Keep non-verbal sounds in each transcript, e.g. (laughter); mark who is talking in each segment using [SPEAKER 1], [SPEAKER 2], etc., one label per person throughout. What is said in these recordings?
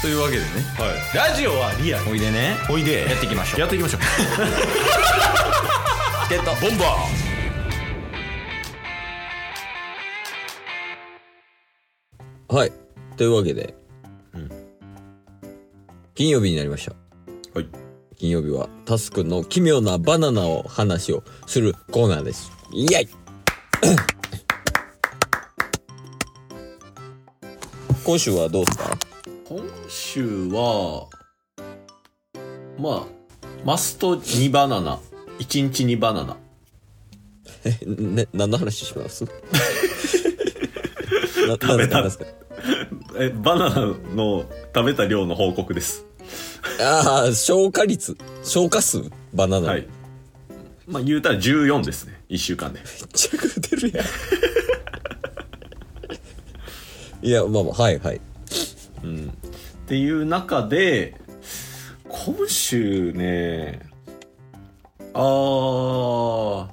[SPEAKER 1] というわけでね
[SPEAKER 2] はい、ラジオはリアル
[SPEAKER 1] おいでね
[SPEAKER 2] おいで
[SPEAKER 1] やっていきましょう
[SPEAKER 2] やっていきましょう
[SPEAKER 1] ゲット
[SPEAKER 2] ボンバ
[SPEAKER 1] はい。というわけで、
[SPEAKER 2] うん
[SPEAKER 1] 金曜日になりました。
[SPEAKER 2] ーはい
[SPEAKER 1] 金曜日は、タスクの奇妙なバナナを話をするコーナーです。イエイ (coughs) 今週はどうですか
[SPEAKER 2] 今週はまあマスト2バナナ1日2バナナ
[SPEAKER 1] え、ね、何の話します
[SPEAKER 2] (laughs)
[SPEAKER 1] な
[SPEAKER 2] 食べた
[SPEAKER 1] なんですかなんです
[SPEAKER 2] えバナナの食べた量の報告です
[SPEAKER 1] かああ、消化率、消化数バナナ。
[SPEAKER 2] はいまあ言うたら14ですね1週間で
[SPEAKER 1] めっちゃ食うて
[SPEAKER 2] (laughs)
[SPEAKER 1] るやんいやまあまあはいはい
[SPEAKER 2] うんっていう中で今週ねあー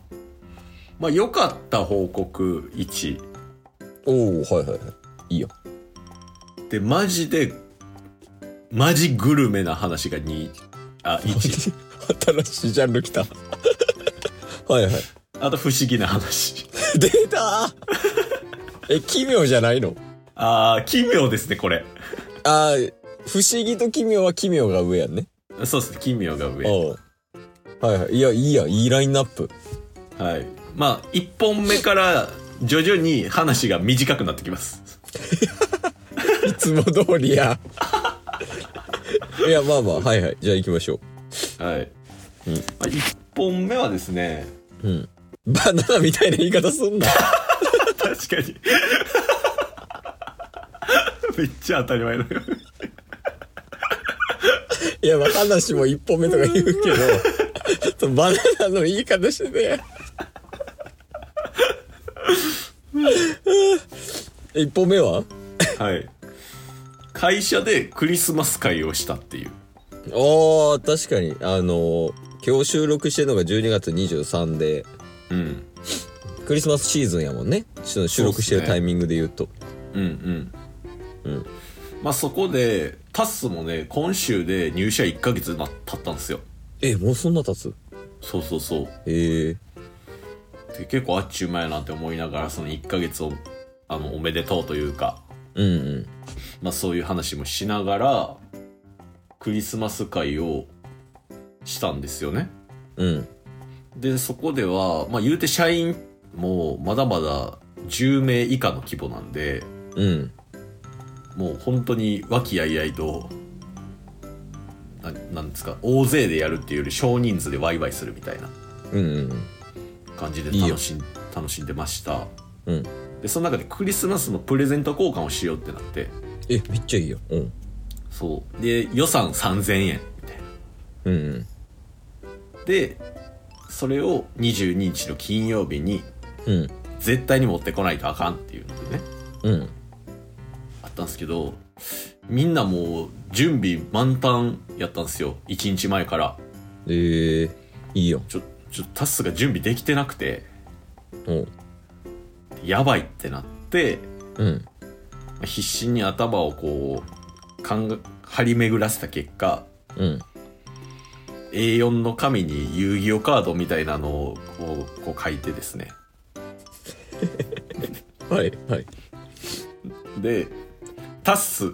[SPEAKER 2] まあ良かった報告1
[SPEAKER 1] おおはいはいはいいいよ (laughs)
[SPEAKER 2] でマジでマジグルメな話が2あ1
[SPEAKER 1] 新しいジャンル来た (laughs) はい (laughs) はい
[SPEAKER 2] あと不思議な話 (laughs)
[SPEAKER 1] 出た (laughs) え奇妙じゃないの
[SPEAKER 2] ああ奇妙ですねこれ
[SPEAKER 1] あー不思議と奇妙は奇妙が上やんね
[SPEAKER 2] そうですね奇妙が上
[SPEAKER 1] おうはいはいいやいいやんいいラインナップ
[SPEAKER 2] はいまあ1本目から徐々に話が短くなってきます
[SPEAKER 1] いつも通りやいやまあまあはいはいじゃあ行きましょ
[SPEAKER 2] はい、
[SPEAKER 1] うん
[SPEAKER 2] まあ、1本目はですね (laughs)
[SPEAKER 1] ううんバナナみたいな言い方すんな
[SPEAKER 2] 確かに (laughs) めっちゃ当たり前だよ
[SPEAKER 1] いや、まあ、話も一本目とか言うけど、 (laughs) そのバナナの言い方してて。 (laughs) 一本目は
[SPEAKER 2] はい会社でクリスマス会をしたっていう
[SPEAKER 1] ああ、確かに。あのー今日収録してるのが12月23で、
[SPEAKER 2] うん
[SPEAKER 1] クリスマスシーズンやもんね。その収録してるタイミングで言うと。
[SPEAKER 2] うんうん
[SPEAKER 1] うん
[SPEAKER 2] まあそこでタッスもね今週で入社1ヶ月な経ったんですよ
[SPEAKER 1] え、もうそんな経つ
[SPEAKER 2] そうそうそう
[SPEAKER 1] ええ
[SPEAKER 2] で結構あっちゅう前やなって思いながらその1ヶ月をあのおめでとうというか、
[SPEAKER 1] うんうん。
[SPEAKER 2] まあ、そういう話もしながらクリスマス会をしたんですよね
[SPEAKER 1] うん。
[SPEAKER 2] でそこでは、まあ、言うて社員もまだまだ10名以下の規模なんで
[SPEAKER 1] うん。
[SPEAKER 2] もう本当に和気あいあいとななんですか大勢でやるっていうより少人数でワイワイするみたいな
[SPEAKER 1] うんうん
[SPEAKER 2] 感じで
[SPEAKER 1] いいよ
[SPEAKER 2] 楽しん楽しんでました
[SPEAKER 1] うん。うん。
[SPEAKER 2] でその中でクリスマスのプレゼント交換をしようってなって
[SPEAKER 1] え、めっちゃいいよ。うん。
[SPEAKER 2] そうで予算3000円みたい
[SPEAKER 1] うんうん。
[SPEAKER 2] なでそれを22日の金曜日に
[SPEAKER 1] うん。
[SPEAKER 2] 絶対に持ってこないとあかんっていうのでね
[SPEAKER 1] うん。
[SPEAKER 2] あったんですけどみんなもう準備満タンやったんですよ1日前から
[SPEAKER 1] ええいいよ。
[SPEAKER 2] ちょちょっとタスが準備できてなくて
[SPEAKER 1] うん。
[SPEAKER 2] やばいってなって
[SPEAKER 1] うん。
[SPEAKER 2] 必死に頭をこうかん張り巡らせた結果
[SPEAKER 1] うん。
[SPEAKER 2] A4 の紙に遊戯王カードみたいなのをこうこう書いてですね
[SPEAKER 1] はい、はい。
[SPEAKER 2] でタッス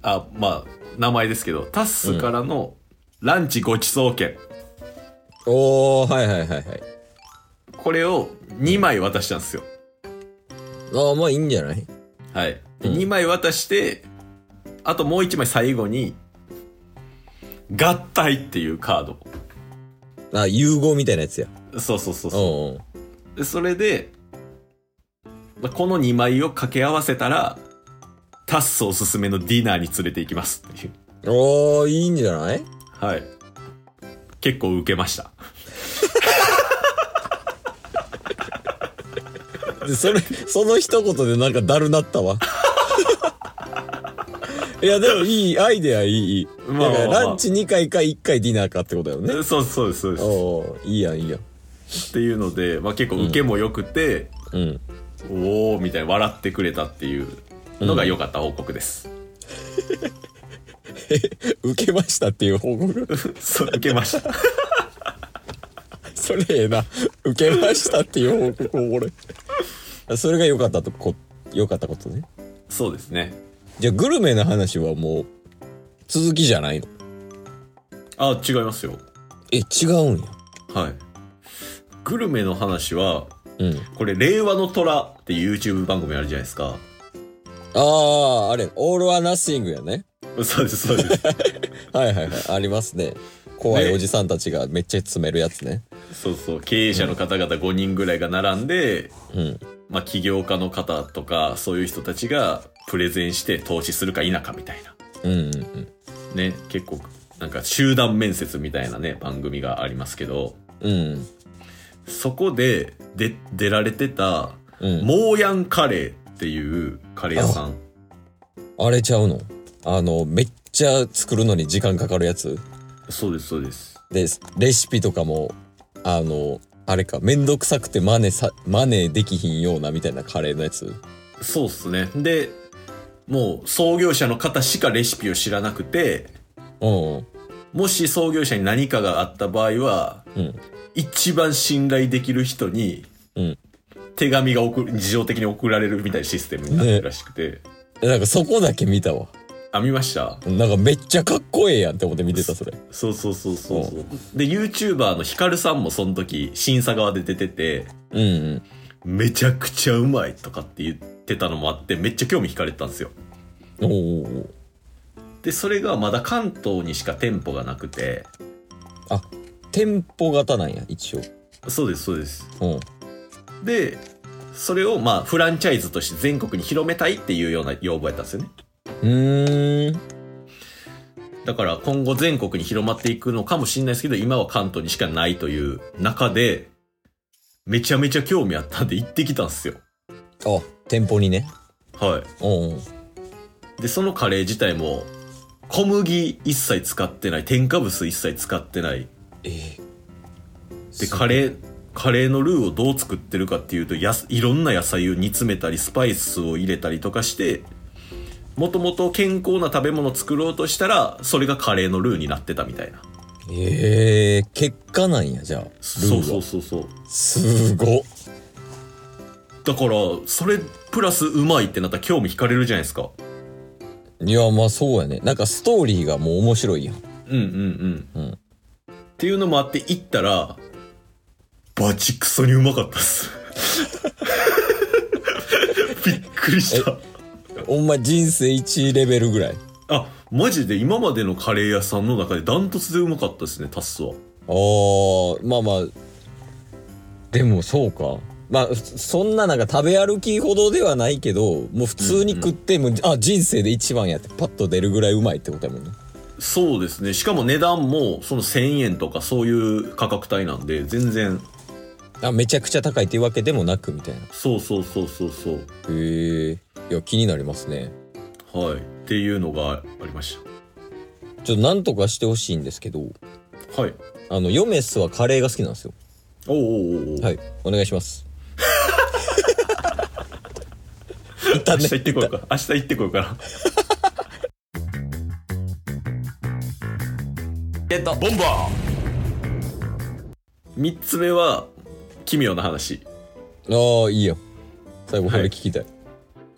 [SPEAKER 2] あまあ名前ですけどタッスからのランチごちそう券、
[SPEAKER 1] おー、はいはいはいはい。
[SPEAKER 2] これを2枚渡したんですよ
[SPEAKER 1] ああ、まあいいんじゃない
[SPEAKER 2] はい、で
[SPEAKER 1] うん
[SPEAKER 2] 2枚渡してあともう1枚最後に合体っていうカード
[SPEAKER 1] あ、融合みたいなやつや。
[SPEAKER 2] そうそうそ
[SPEAKER 1] う
[SPEAKER 2] うそ
[SPEAKER 1] んうん。
[SPEAKER 2] うでそれでまこの2枚を掛け合わせたらタッスおすすめのディナーに連れて行きますっていう
[SPEAKER 1] おー、いいんじゃない
[SPEAKER 2] はい結構受けました
[SPEAKER 1] で
[SPEAKER 2] (laughs)
[SPEAKER 1] それ、その一言でなんかだるなったわ。 (laughs) いや、でもいい、アイデアいい、いい。
[SPEAKER 2] まあまあまあ
[SPEAKER 1] だからランチ2回か1回ディナーかってことだよね。
[SPEAKER 2] (laughs) そうそうですそうです
[SPEAKER 1] おー、いいやん、いいやん。
[SPEAKER 2] っていうので、まあ、結構受けも良くて、
[SPEAKER 1] うん。
[SPEAKER 2] おおみたいな笑ってくれたっていうのが良かった報告です、
[SPEAKER 1] 受けましたっていう報告。 (laughs)
[SPEAKER 2] (laughs) そう受けました
[SPEAKER 1] それええな。受けましたっていう報告おもろい。 (laughs) それが良かったとこ、良かったことね。
[SPEAKER 2] (laughs) そうですね
[SPEAKER 1] じゃあグルメの話はもう、続きじゃないの
[SPEAKER 2] あ違いますよ
[SPEAKER 1] え、違うんや。
[SPEAKER 2] はいグルメの話は
[SPEAKER 1] うん。
[SPEAKER 2] これ「令和の虎」っていう YouTube 番組あるじゃないですか
[SPEAKER 1] ああ、あれ、オールはナッシングやね。
[SPEAKER 2] そうですそうです
[SPEAKER 1] はいはいはい、ありますね。怖い
[SPEAKER 2] ね
[SPEAKER 1] おじさんたちがめっちゃ詰めるやつね。
[SPEAKER 2] (laughs) そうそう経営者の方々5人ぐらいが並んで、
[SPEAKER 1] うん。
[SPEAKER 2] まあ、起業家の方とかそういう人たちがプレゼンして投資するか否かみたいな
[SPEAKER 1] うんうんうん。
[SPEAKER 2] ね結構なんか集団面接みたいなね番組がありますけど
[SPEAKER 1] うん。
[SPEAKER 2] そこでで出られてた
[SPEAKER 1] うん。
[SPEAKER 2] モーヤンカレーっていうカレー屋さん
[SPEAKER 1] あれちゃうのあの、めっちゃ作るのに時間かかるやつ
[SPEAKER 2] そうですそうです
[SPEAKER 1] で、レシピとかも、あの、あれか、めんどくさくて真似さ、真似できひんようなみたいなカレーのやつ。
[SPEAKER 2] そうっすねでもう創業者の方しかレシピを知らなくて
[SPEAKER 1] うんうん。
[SPEAKER 2] もし創業者に何かがあった場合は
[SPEAKER 1] うん。
[SPEAKER 2] 一番信頼できる人に
[SPEAKER 1] うん。
[SPEAKER 2] 手紙が送る自動的に送られるみたいなシステムになってるらしくて、
[SPEAKER 1] えなんかそこだけ見たわ。
[SPEAKER 2] あ見ました
[SPEAKER 1] なんかめっちゃかっこええやんって思って見てた、それ。
[SPEAKER 2] そうそうそうそうそうで YouTuber のヒカルさんもその時審査側で出てて
[SPEAKER 1] うんうん。
[SPEAKER 2] めちゃくちゃうまいとかって言ってたのもあってめっちゃ興味惹かれてたんですよ
[SPEAKER 1] おうおうおう
[SPEAKER 2] でそれがまだ関東にしか店舗がなくて
[SPEAKER 1] あ、店舗型なんや、一応。
[SPEAKER 2] そうですそうです
[SPEAKER 1] うん。
[SPEAKER 2] でそれをまあフランチャイズとして全国に広めたいっていうような要望やったんですよね
[SPEAKER 1] うーん。
[SPEAKER 2] だから今後全国に広まっていくのかもしれないですけど今は関東にしかないという中でめちゃめちゃ興味あったんで行ってきたんですよ
[SPEAKER 1] あ、店舗にね。
[SPEAKER 2] は
[SPEAKER 1] うんうん。
[SPEAKER 2] いでそのカレー自体も小麦一切使ってない添加物一切使ってない
[SPEAKER 1] ええ
[SPEAKER 2] でカレーカレーのルーをどう作ってるかっていうとやすいろんな野菜を煮詰めたりスパイスを入れたりとかしてもともと健康な食べ物を作ろうとしたらそれがカレーのルーになってたみたいな
[SPEAKER 1] ええ結果なんや、じゃあ。ルー
[SPEAKER 2] そう
[SPEAKER 1] は
[SPEAKER 2] そうそうそう
[SPEAKER 1] すごっ。
[SPEAKER 2] だからそれプラスうまいってなったら興味惹かれるじゃないですか
[SPEAKER 1] いや、まあそうやね。なんかストーリーがもう面白いやん。
[SPEAKER 2] うんうんうん、
[SPEAKER 1] うん
[SPEAKER 2] っていうのもあって行ったらバチクソにうまかったっす (laughs) びっくりした
[SPEAKER 1] ほんま人生1レベルぐらい。
[SPEAKER 2] あマジで今までのカレー屋さんの中でダントツでうまかったですねタッスは
[SPEAKER 1] あー、まあまあ。でもそうか。まあ、ふそんななんか食べ歩きほどではないけど、もう普通に食っても、あ、人生で一番やってパッと出るぐらいうまいってことやもんね。
[SPEAKER 2] そうですねしかも値段もその1000円とかそういう価格帯なんで全然
[SPEAKER 1] あ、めちゃくちゃ高いっていうわけでもなくみたいな。
[SPEAKER 2] そうそうそうそうそう
[SPEAKER 1] へえ。いや、気になりますね。
[SPEAKER 2] はいっていうのがありまし
[SPEAKER 1] ちょっとなんとかしてほしいんですけど、
[SPEAKER 2] たはい
[SPEAKER 1] あの、ヨメスはカレーが好きなんですよ。
[SPEAKER 2] おうおうおうおう
[SPEAKER 1] はい、お願いし (laughs) ます。一旦
[SPEAKER 2] 明
[SPEAKER 1] ね
[SPEAKER 2] 日行ってこようか明日行ってこようかな
[SPEAKER 1] ゲット
[SPEAKER 2] ボンバー3つ目は奇妙な話
[SPEAKER 1] ああ、いいよ。最後これ
[SPEAKER 2] はい
[SPEAKER 1] 聞きたい。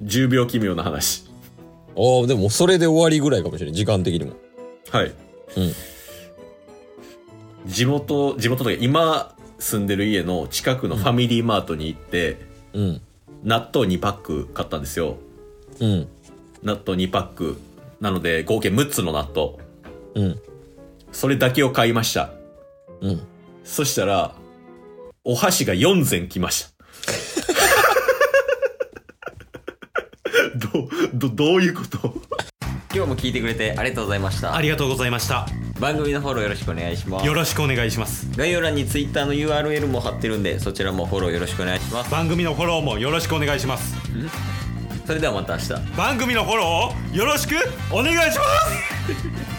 [SPEAKER 2] 10秒奇妙な話
[SPEAKER 1] ああ、でもそれで終わりぐらいかもしれない。時間的にも。
[SPEAKER 2] はい、
[SPEAKER 1] うん
[SPEAKER 2] 地元地元というか今住んでる家の近くのファミリーマートに行って、
[SPEAKER 1] うん。
[SPEAKER 2] 納豆2パック買ったんですよ
[SPEAKER 1] うん。
[SPEAKER 2] 納豆2パックなので合計6つの納豆
[SPEAKER 1] うん。
[SPEAKER 2] それだけを買いました
[SPEAKER 1] うん。
[SPEAKER 2] そしたらお箸が4膳来ました (laughs) どどどういうこと
[SPEAKER 3] 今日も聞いてくれてありがとうございました
[SPEAKER 4] ありがとうございました。
[SPEAKER 3] 番組のフォローよろしくお願いします
[SPEAKER 4] よろしくお願いします。
[SPEAKER 3] 概要欄に Twitter の URL も貼ってるんでそちらもフォローよろしくお願いします
[SPEAKER 4] 番組のフォローもよろしくお願いします。
[SPEAKER 3] それではまた明日
[SPEAKER 4] 番組のフォローをよろしくお願いします